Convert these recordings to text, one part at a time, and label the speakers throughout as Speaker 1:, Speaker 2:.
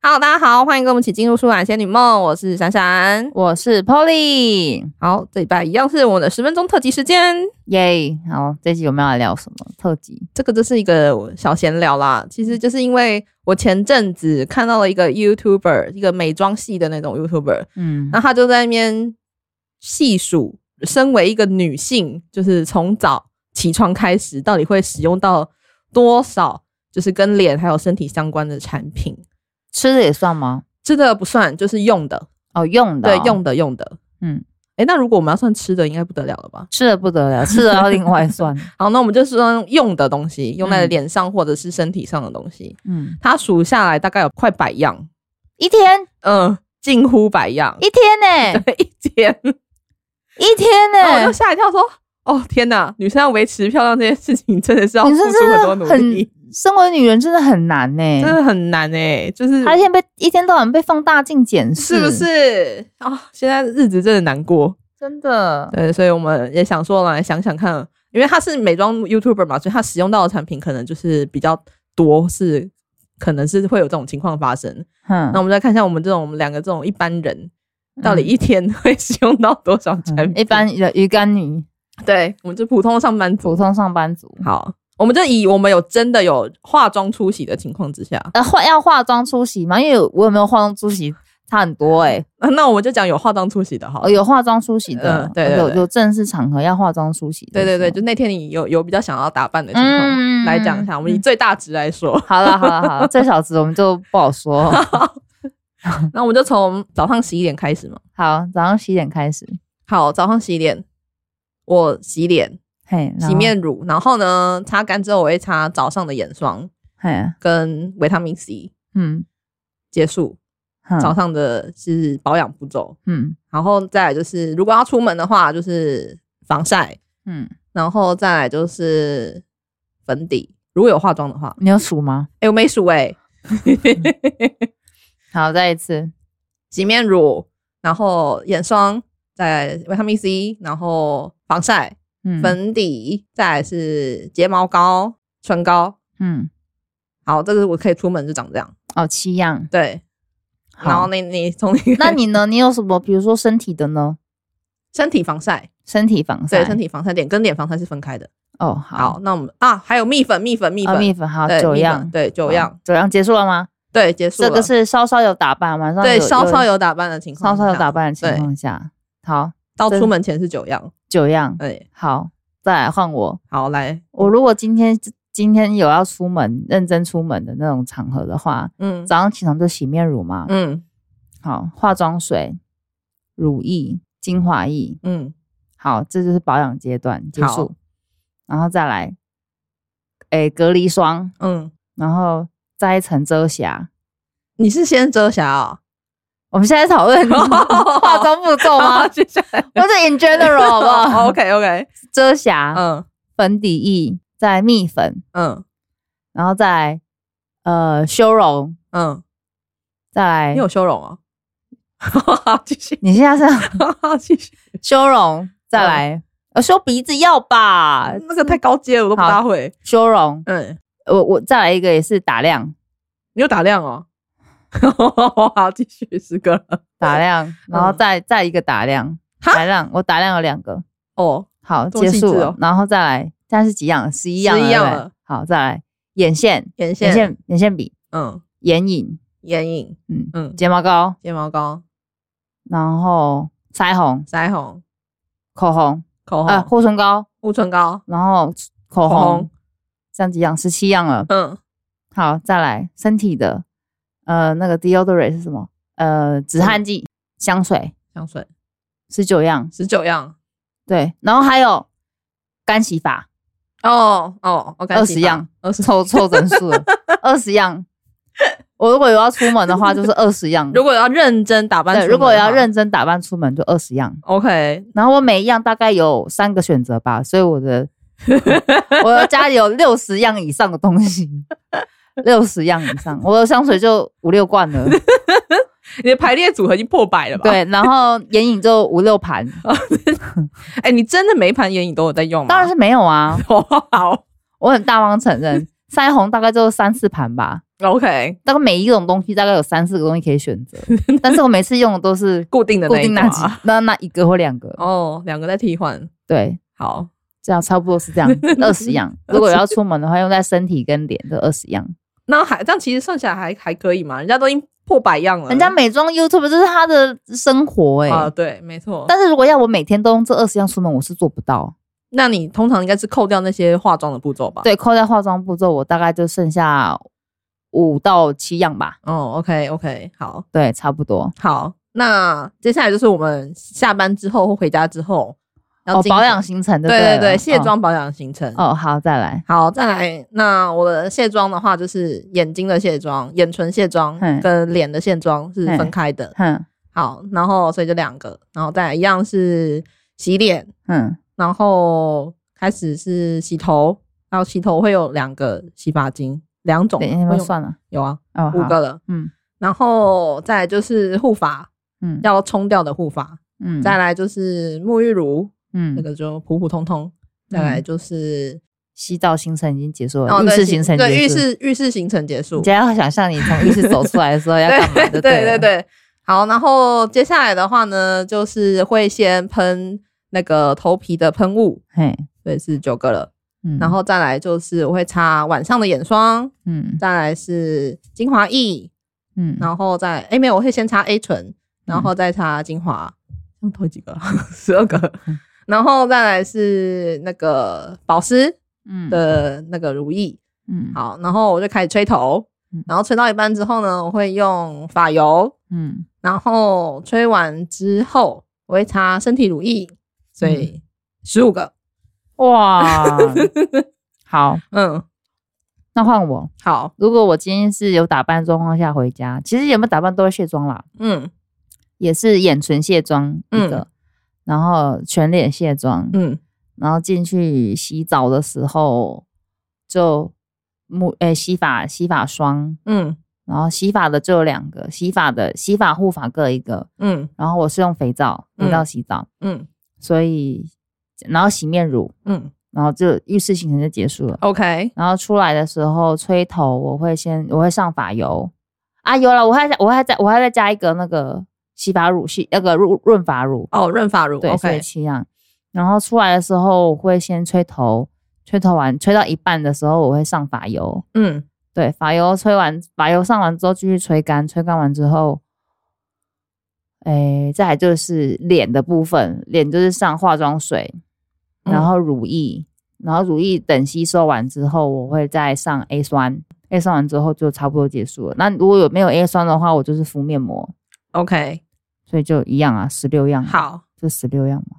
Speaker 1: 大家好，欢迎跟我们一起进入《舒展仙女梦》，我是闪闪。
Speaker 2: 我是 Polly，
Speaker 1: 好，这礼拜一样是我们的十分钟特辑时间，
Speaker 2: 耶好，这集我们要来聊什么特辑？
Speaker 1: 这个就是一个小闲聊啦。其实就是因为我前阵子看到了一个 YouTuber，一个美妆系的那种 YouTuber，
Speaker 2: 嗯
Speaker 1: 然后他就在那边细数，身为一个女性，就是从早起床开始，到底会使用到多少，就是跟脸还有身体相关的产品。
Speaker 2: 吃的也算吗？
Speaker 1: 吃的不算，就是用的，
Speaker 2: 哦，用的哦、
Speaker 1: 对，用的用的，
Speaker 2: 嗯。
Speaker 1: 哎，那如果我们要算吃的，应该不得了了吧？
Speaker 2: 吃的不得了，吃的要另外算。
Speaker 1: 好，那我们就是说用的东西，用在
Speaker 2: 嗯
Speaker 1: 脸上或者是身体上的东西，
Speaker 2: 嗯，
Speaker 1: 它数下来大概有快百样，
Speaker 2: 一天
Speaker 1: 嗯、近乎百样，
Speaker 2: 一天呢、
Speaker 1: 对一天，
Speaker 2: 一天呢、
Speaker 1: 然后我就吓一跳说。哦天哪！女生要维持漂亮这件事情，真的是要付
Speaker 2: 女生
Speaker 1: 出
Speaker 2: 真
Speaker 1: 很多
Speaker 2: 的
Speaker 1: 努力，
Speaker 2: 很，身为女人真的很难呢、
Speaker 1: 真的很难哎、就是
Speaker 2: 她一天被一天到晚被放大镜检视，
Speaker 1: 是不？是啊、现在日子真的难过。
Speaker 2: 真的，
Speaker 1: 对，所以我们也想说来想想看，因为他是美妆 YouTuber 嘛，所以他使用到的产品可能就是比较多，是可能是会有这种情况发生。
Speaker 2: 哼
Speaker 1: 那我们再看一下我们这种我们两个这种一般人，到底
Speaker 2: 嗯
Speaker 1: 一天 会使用到多少产品？
Speaker 2: 嗯一般的鱼竿女，
Speaker 1: 对我们就普通上班
Speaker 2: 普
Speaker 1: 族。
Speaker 2: 通上班族，
Speaker 1: 好，我们就以我们有真的有化妆出席的情况之下，
Speaker 2: 呃，化要化妆出席吗？因为我有没有化妆出席差很多哎、
Speaker 1: 啊那我们就讲有化妆出席的哈
Speaker 2: 哦，。有化妆出席的，
Speaker 1: 嗯对对
Speaker 2: 有
Speaker 1: 对
Speaker 2: 有正式场合要化妆出席的
Speaker 1: 对
Speaker 2: 是吗。
Speaker 1: 对对，就那天你有有比较想要打扮的情况、
Speaker 2: 嗯
Speaker 1: 来讲一下，我们以
Speaker 2: 嗯
Speaker 1: 最大值来说，
Speaker 2: 好了好了好了，这小时我们就不好说。哦
Speaker 1: 那我们就从早上十一点开始嘛。
Speaker 2: 好，早上洗脸开始，
Speaker 1: 好，早上洗脸，我洗脸，
Speaker 2: 嘿，然后
Speaker 1: 洗，面乳，然后呢，擦干之后我会擦早上的眼霜
Speaker 2: 嘿，
Speaker 1: 跟维他命 C，
Speaker 2: 嗯，
Speaker 1: 结束
Speaker 2: 哼
Speaker 1: 早，上的是保养步骤，
Speaker 2: 嗯
Speaker 1: 然后再来就是如果要出门的话，就是防晒，
Speaker 2: 嗯，
Speaker 1: 然后再来就是粉底，如果有化妆的话，
Speaker 2: 你有数吗？
Speaker 1: 哎、我没数哎、
Speaker 2: 好，再一次，
Speaker 1: 洗面乳，然后眼霜，再来维他命 C，然后防晒，
Speaker 2: 嗯，，
Speaker 1: 粉底，再来是睫毛膏、唇膏。
Speaker 2: 嗯，
Speaker 1: 好，这个我可以出门就长这样。
Speaker 2: 哦，七样。
Speaker 1: 对，
Speaker 2: 好
Speaker 1: 然后你你从你
Speaker 2: 那你呢？你有什么？比如说身体的呢？
Speaker 1: 身体防晒，
Speaker 2: 身体防晒，
Speaker 1: 对，身体防晒，脸跟脸防晒是分开的。
Speaker 2: 哦，
Speaker 1: 好，
Speaker 2: 好，
Speaker 1: 那我们啊，还有蜜粉，蜜粉，蜜
Speaker 2: 啊，
Speaker 1: 粉，
Speaker 2: 蜜粉好，
Speaker 1: 对
Speaker 2: 九
Speaker 1: 蜜粉
Speaker 2: 样，
Speaker 1: 对，九样
Speaker 2: 好，，九样结束了吗？
Speaker 1: 对，结束了。
Speaker 2: 这个是稍稍有打扮，晚上
Speaker 1: 对
Speaker 2: 有
Speaker 1: 稍稍
Speaker 2: 有
Speaker 1: 有打扮的情况
Speaker 2: 稍
Speaker 1: 下，
Speaker 2: 稍有打扮的情
Speaker 1: 对
Speaker 2: 况下，好，
Speaker 1: 到出门前是九样。
Speaker 2: 九样，
Speaker 1: 对，
Speaker 2: 好，再来换我。
Speaker 1: 好，来，
Speaker 2: 我如果今天今天有要出门、认真出门的那种场合的话，
Speaker 1: 嗯
Speaker 2: 早上起床就洗面乳嘛，
Speaker 1: 嗯
Speaker 2: 好，化妆水、乳液、精华液，
Speaker 1: 嗯，
Speaker 2: 好，这就是保养阶段结
Speaker 1: 好
Speaker 2: 束，然后再来，诶、隔离霜，
Speaker 1: 嗯，
Speaker 2: 然后再一层遮瑕。
Speaker 1: 你是先遮瑕啊？
Speaker 2: 我们现在讨论 化妆步骤 吗？
Speaker 1: 接下来
Speaker 2: 或者 in general 好不 好？
Speaker 1: 哦？OK OK，
Speaker 2: 遮瑕、
Speaker 1: 嗯
Speaker 2: 粉底液，再来蜜粉，
Speaker 1: 嗯
Speaker 2: 然后再来呃修容，
Speaker 1: 嗯，
Speaker 2: 再来
Speaker 1: 你有修容啊？好 继续，
Speaker 2: 你现在是 要
Speaker 1: 继续。
Speaker 2: 修容，
Speaker 1: 嗯
Speaker 2: 再来，呃，修鼻子要吧？
Speaker 1: 那个太高阶了，我都不大会。
Speaker 2: 修容，
Speaker 1: 嗯，
Speaker 2: 我我再来一个也是打亮，
Speaker 1: 你有打量哦。 好，继续十个了。
Speaker 2: 打亮，然后再再一个打亮，
Speaker 1: 嗯哈
Speaker 2: 打亮，我打亮有两个，
Speaker 1: 哦，
Speaker 2: 好，
Speaker 1: 这么
Speaker 2: 结
Speaker 1: 细致
Speaker 2: 束
Speaker 1: 哦
Speaker 2: 了，然后再来，现在是几样？十一样，
Speaker 1: 11样
Speaker 2: 对不对
Speaker 1: 了，
Speaker 2: 好，再来眼线，
Speaker 1: 眼
Speaker 2: 眼
Speaker 1: 线，
Speaker 2: 线，眼线笔，
Speaker 1: 嗯，
Speaker 2: 眼影，
Speaker 1: 眼影，
Speaker 2: 嗯，
Speaker 1: 嗯，
Speaker 2: 睫毛膏，
Speaker 1: 睫毛膏、
Speaker 2: 然后腮红、
Speaker 1: 腮红、
Speaker 2: 口红，
Speaker 1: 口
Speaker 2: 呃，
Speaker 1: 红、
Speaker 2: 护唇膏，
Speaker 1: 护唇膏，
Speaker 2: 然后
Speaker 1: 口
Speaker 2: 口红
Speaker 1: 红，
Speaker 2: 这样几样，十七样了。
Speaker 1: 嗯，
Speaker 2: 好，再来身体的，呃，那个 deodorant 是什么？呃，止汗剂、香水，
Speaker 1: 香水，
Speaker 2: 十九样。
Speaker 1: 十九样。
Speaker 2: 对，然后还有干洗法，
Speaker 1: 哦哦，OK，
Speaker 2: 20样，
Speaker 1: 二十。
Speaker 2: 凑凑整数了，二十样。我如果有要出门的话，就是二十样。
Speaker 1: 如果要认真打扮出
Speaker 2: 对，
Speaker 1: 门的话，
Speaker 2: 如果要认真打扮出门，就二十样。
Speaker 1: ，OK，
Speaker 2: 然后我每一样大概有三个选择吧，所以我的我的家里有六十样以上的东西，六十样以上，我的香水就五六罐了。
Speaker 1: 你的排列组合已经破百了吧？，
Speaker 2: 对，然后眼影就五六盘，
Speaker 1: 哎，你真的每一盘眼影都有在用吗？
Speaker 2: 当然
Speaker 1: 是，
Speaker 2: 是没有啊，
Speaker 1: 好，
Speaker 2: 我很大方承认。腮红大概就三四盘吧，
Speaker 1: OK，
Speaker 2: 大概每一种东西大概有三四个东西可以选 择，但是我每次用的都是
Speaker 1: 固定的
Speaker 2: 固
Speaker 1: 那一啊
Speaker 2: 定那
Speaker 1: 挂
Speaker 2: 几那那一个或两个，
Speaker 1: 哦，两个在替换。
Speaker 2: 对，
Speaker 1: 好，
Speaker 2: 这样差不多是这样，二 十样。如果要出门的话，用在身体跟脸这二十样。
Speaker 1: 那还这样其实算起来还还可以嘛，人家都已经破百样了，
Speaker 2: 人家美妆 YouTube 这是她的生活哎、
Speaker 1: 嗯啊对，没错。
Speaker 2: 但是如果要我每天都用这二十样出门，我是做不到。
Speaker 1: 那你通常应该是扣掉那些化妆的步骤吧？，
Speaker 2: 对，扣掉化妆步骤，我大概就剩下五到七样吧。
Speaker 1: 哦，OK OK，好，
Speaker 2: 对，差不多。
Speaker 1: 好，那接下来就是我们下班之后或回家之后要
Speaker 2: 哦，
Speaker 1: 进行
Speaker 2: 保养，行程的
Speaker 1: 对对
Speaker 2: 对
Speaker 1: 对，
Speaker 2: 了哦嗯
Speaker 1: 卸。妆保养行程。
Speaker 2: 哦哦，好，再来。
Speaker 1: 好，再来，那我的卸妆的话，就是眼睛的卸妆、眼唇卸妆
Speaker 2: 嗯
Speaker 1: 跟脸的卸妆是
Speaker 2: 嗯
Speaker 1: 分开的。
Speaker 2: 哼
Speaker 1: 好，然后所以就两个，然后再来一样是洗脸，
Speaker 2: 哼，
Speaker 1: 然后开始是洗头，然后洗头会有两个洗发精，两种
Speaker 2: 对，
Speaker 1: 会
Speaker 2: 你们
Speaker 1: 用
Speaker 2: 算了。
Speaker 1: 哦有啊，
Speaker 2: 哦，
Speaker 1: 五
Speaker 2: 好。
Speaker 1: 个了。
Speaker 2: 嗯
Speaker 1: 然后再来就是护发，
Speaker 2: 嗯
Speaker 1: 要冲掉的护发，
Speaker 2: 嗯，
Speaker 1: 再来就是沐浴乳，那
Speaker 2: 嗯，
Speaker 1: 个就普普通通。再来就是
Speaker 2: 洗澡行程已经结束了，
Speaker 1: 哦
Speaker 2: 浴
Speaker 1: 对
Speaker 2: 室行程
Speaker 1: 对浴
Speaker 2: 结束。
Speaker 1: 室浴室行程结束
Speaker 2: 你，现在要想象你从浴室走出来的 时候要干嘛
Speaker 1: 对
Speaker 2: 就
Speaker 1: 对
Speaker 2: 了
Speaker 1: 对。对，好，然后接下来的话呢，就是会先喷那个头皮的喷雾，
Speaker 2: 嘿，
Speaker 1: 对，是九个了，
Speaker 2: 嗯
Speaker 1: 然后再来就是我会擦晚上的眼霜，
Speaker 2: 嗯
Speaker 1: 再来是精华液，
Speaker 2: 嗯，
Speaker 1: 然后再哎没有，我会先擦 A 唇，然后再擦精华，嗯，头几个， 十二个
Speaker 2: 嗯，
Speaker 1: 然后再来是那个保湿
Speaker 2: 嗯
Speaker 1: 的那个乳液，
Speaker 2: 嗯
Speaker 1: 好，然后我就开始吹头
Speaker 2: 嗯，
Speaker 1: 然后吹到一半之后呢，我会用发油。
Speaker 2: 嗯
Speaker 1: 然后吹完之后，我会擦身体乳液，所
Speaker 2: 嗯
Speaker 1: 以十五个。
Speaker 2: 哇， 好，
Speaker 1: 嗯，
Speaker 2: 那换我。
Speaker 1: 好，
Speaker 2: 如果我今天是有打扮状况下回家，其实有没有打扮都会卸妆啦，
Speaker 1: 嗯
Speaker 2: 也是眼唇卸妆一个，然后全脸卸妆，
Speaker 1: 嗯，
Speaker 2: 然后进去洗澡的时候就沐诶、洗发洗发霜，
Speaker 1: 嗯
Speaker 2: 然后洗发的就有两个，洗发的洗发护发各一个，
Speaker 1: 嗯
Speaker 2: 然后我是用肥皂肥皂洗澡，
Speaker 1: 嗯
Speaker 2: 所以然后洗面乳，
Speaker 1: 嗯
Speaker 2: 然后就浴室行程就结束了。
Speaker 1: ，OK，
Speaker 2: 然后出来的时候吹头，我会先我会上发油啊，有了，我还我还再我还再加一个那个洗发乳，洗那个润润发乳，
Speaker 1: 哦，润发乳
Speaker 2: 对，所以
Speaker 1: ，OK，
Speaker 2: 七样。然后出来的时候，我会先吹头，吹头完吹到一半的时候，我会上发油，
Speaker 1: 嗯
Speaker 2: 对，发油吹完，发油上完之后继续吹干，吹干完之后，哎，再来就是脸的部分，脸就是上化妆水，
Speaker 1: 嗯
Speaker 2: 然后乳液，然后乳液等吸收完之后，我会再上 A 酸，A 酸完之后就差不多结束了。那如果有没有 A 酸的话，我就是敷面膜，
Speaker 1: 嗯，OK，
Speaker 2: 所以就一样啊，十六样，，
Speaker 1: 好，
Speaker 2: 就十六样嘛，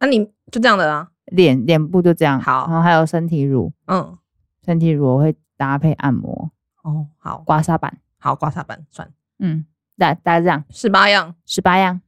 Speaker 1: 那你就这样的啦。
Speaker 2: 脸脸部就这样，
Speaker 1: 好
Speaker 2: 然后还有身体乳，
Speaker 1: 嗯，
Speaker 2: 身体乳我会搭配按摩、
Speaker 1: 哦，好，
Speaker 2: 刮痧板，
Speaker 1: 好，刮痧板算
Speaker 2: 嗯，大大概这样，
Speaker 1: 十八样，
Speaker 2: 十八样。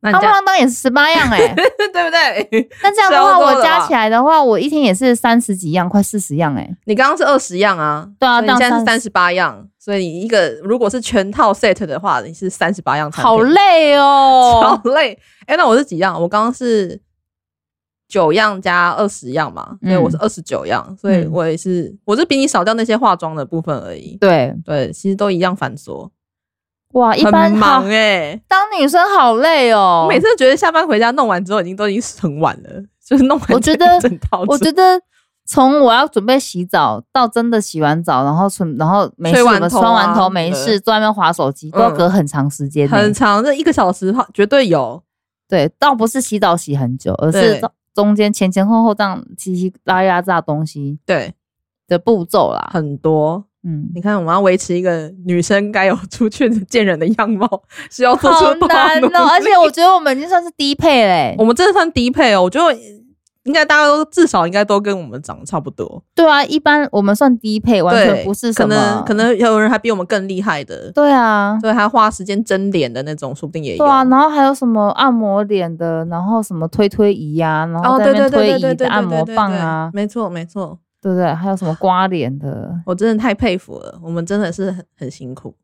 Speaker 1: 那你
Speaker 2: 夯
Speaker 1: 这
Speaker 2: 不
Speaker 1: 样
Speaker 2: 啷当也是十八样哎、
Speaker 1: 对不对？
Speaker 2: 那这样的话，
Speaker 1: 差不多了吧
Speaker 2: 我加起来的话，我一天也是三十几样，快四十样哎、
Speaker 1: 你刚刚是二十样啊，
Speaker 2: 对啊
Speaker 1: 所以你
Speaker 2: 这
Speaker 1: 现
Speaker 2: 样
Speaker 1: 在是三
Speaker 2: 30
Speaker 1: 十八样，所以你一个如果是全套 set 的话，你是三十八样产品，
Speaker 2: 好累哦、
Speaker 1: 超累。哎、那我是几样？我刚刚是九样加二十样嘛，所以
Speaker 2: 嗯
Speaker 1: 我是二十九样，所以
Speaker 2: 嗯
Speaker 1: 我也是，我是比你少掉那些化妆的部分而已。
Speaker 2: 对，
Speaker 1: 对，其实都一样繁琐，
Speaker 2: 哇，一
Speaker 1: 很
Speaker 2: 般好
Speaker 1: 忙哎、
Speaker 2: 当女生好累欸哦、
Speaker 1: 我每次觉得下班回家弄完之后，已经都已经很晚了，就是弄完
Speaker 2: 我觉
Speaker 1: 整
Speaker 2: 得
Speaker 1: 整套之后，
Speaker 2: 我觉得从我要准备洗澡到真的洗完澡，然后从然后没
Speaker 1: 吹
Speaker 2: 事，
Speaker 1: 完
Speaker 2: 我们
Speaker 1: 头啊
Speaker 2: 穿完头没
Speaker 1: 对
Speaker 2: 事，坐在那边划手机，都要
Speaker 1: 嗯
Speaker 2: 隔很长时间、欸
Speaker 1: 很长，这一个小时话绝对有。
Speaker 2: 对，倒不是洗澡洗很久，而
Speaker 1: 对
Speaker 2: 是中中间前前后后这样稀稀拉拉这东西
Speaker 1: 对，
Speaker 2: 的步骤啦。
Speaker 1: 很多。
Speaker 2: 嗯，
Speaker 1: 你看，我们要维持一个女生该有出去见人的样貌，是要做
Speaker 2: 好
Speaker 1: 出多少
Speaker 2: 难
Speaker 1: 努力？
Speaker 2: 哦！而且我觉得我们已经算是低配嘞、
Speaker 1: 我们真的算低配哦，我觉得应该大家都至少应该都跟我们长得差不多，
Speaker 2: 对啊，一般我们算低配，完
Speaker 1: 对，
Speaker 2: 全不是
Speaker 1: 可
Speaker 2: 什
Speaker 1: 能
Speaker 2: 么，
Speaker 1: 可能有人还比我们更厉害的，
Speaker 2: 对啊，
Speaker 1: 所以还花时间蒸脸的那种，说不定也有。
Speaker 2: 对啊。然后还有什么按摩脸的，然后什么推推仪啊，然
Speaker 1: 哦，
Speaker 2: 后在
Speaker 1: 对
Speaker 2: 那
Speaker 1: 对对对对
Speaker 2: 边推仪
Speaker 1: 对，
Speaker 2: 的按摩
Speaker 1: 对
Speaker 2: 棒啊
Speaker 1: 对，没错没错，
Speaker 2: 对不对？还有什么刮脸的，
Speaker 1: 我真的太佩服了，我们真的是很很辛苦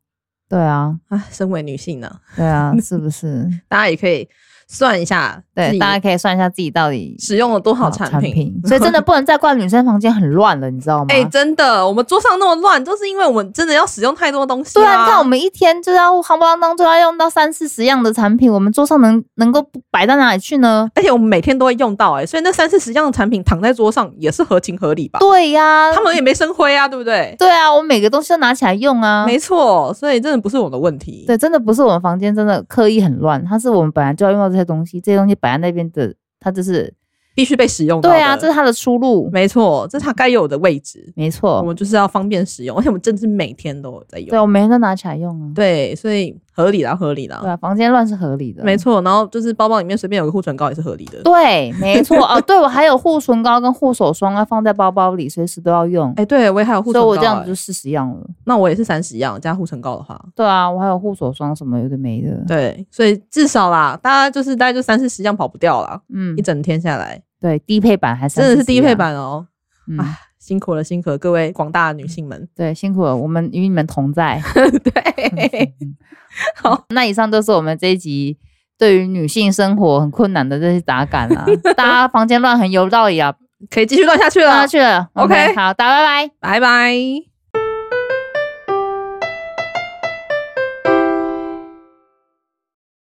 Speaker 2: 对啊，
Speaker 1: 啊。唉身为女性呢，
Speaker 2: 对啊，是不是？
Speaker 1: 大家也可以算一下自
Speaker 2: 对，
Speaker 1: 己
Speaker 2: 大家可以算一下自己到底
Speaker 1: 使用了多少产
Speaker 2: 产
Speaker 1: 品？
Speaker 2: 品，所以 真的不能再怪女生房间很乱了，你知道吗？
Speaker 1: 哎、真的，我们桌上那么乱，就是因为我们真的要使用太多东西、啊。
Speaker 2: 对啊，你看我们一天就要夯不啷当就要用到三四十样的产品，我们桌上能能够摆到哪里去呢？
Speaker 1: 而且我们每天都会用到、哎，所以那三四十样的产品躺在桌上也是合情合理吧？
Speaker 2: 对呀、
Speaker 1: 他们也没生灰啊，对不对？
Speaker 2: 对啊，我每个东西都拿起来用啊。
Speaker 1: 没错，所以真的不是我的问题。
Speaker 2: 对，真的不是我们房间真的刻意很乱，它是我们本来就要用到这些东西，这些东西摆在那边的，它就是
Speaker 1: 必须被使用到的。
Speaker 2: 对啊，这是它的出路，
Speaker 1: 没错，这是它该有的位置。
Speaker 2: 没
Speaker 1: 我
Speaker 2: 错。
Speaker 1: 们就是要方便使用，而且我们真的是每天都有在用。
Speaker 2: 哦对，我每天都拿起来用啊。
Speaker 1: 对，所以合理啦，合理啦，
Speaker 2: 对啊，房间乱是合理的，
Speaker 1: 没。错。然后就是包包里面随便有个护唇膏也是合理的。
Speaker 2: 对，没错哦。对，我还有护唇膏跟护手霜啊，放在包包里，随时都要用。
Speaker 1: 哎、对我也还有护唇
Speaker 2: 所以
Speaker 1: 膏、
Speaker 2: 我这样
Speaker 1: 哎
Speaker 2: 子就四十样了。
Speaker 1: 那我也是三十样加护唇膏的话，
Speaker 2: 对啊，我还有护手霜什么有的没的。
Speaker 1: 对，所以至少啦，大家就是大概就三四十样跑不掉啦，
Speaker 2: 嗯
Speaker 1: 一，整天下来
Speaker 2: 对，低配版还是
Speaker 1: 真的是
Speaker 2: 30
Speaker 1: 低配
Speaker 2: 样。
Speaker 1: 版哦，
Speaker 2: 嗯，
Speaker 1: 唉辛苦了，辛苦了，各位广大的女性们。
Speaker 2: 对，辛苦了，我们与你们同在。嗯
Speaker 1: 对， 好，
Speaker 2: 那以上就是我们这一集对于女性生活很困难的这些打感啦、大家房间乱很有道理啊，
Speaker 1: 可以继续乱下去
Speaker 2: 乱下
Speaker 1: 了，
Speaker 2: 去了。
Speaker 1: 啊 OK
Speaker 2: 好，大家拜
Speaker 1: 拜
Speaker 2: 拜。
Speaker 1: 拜。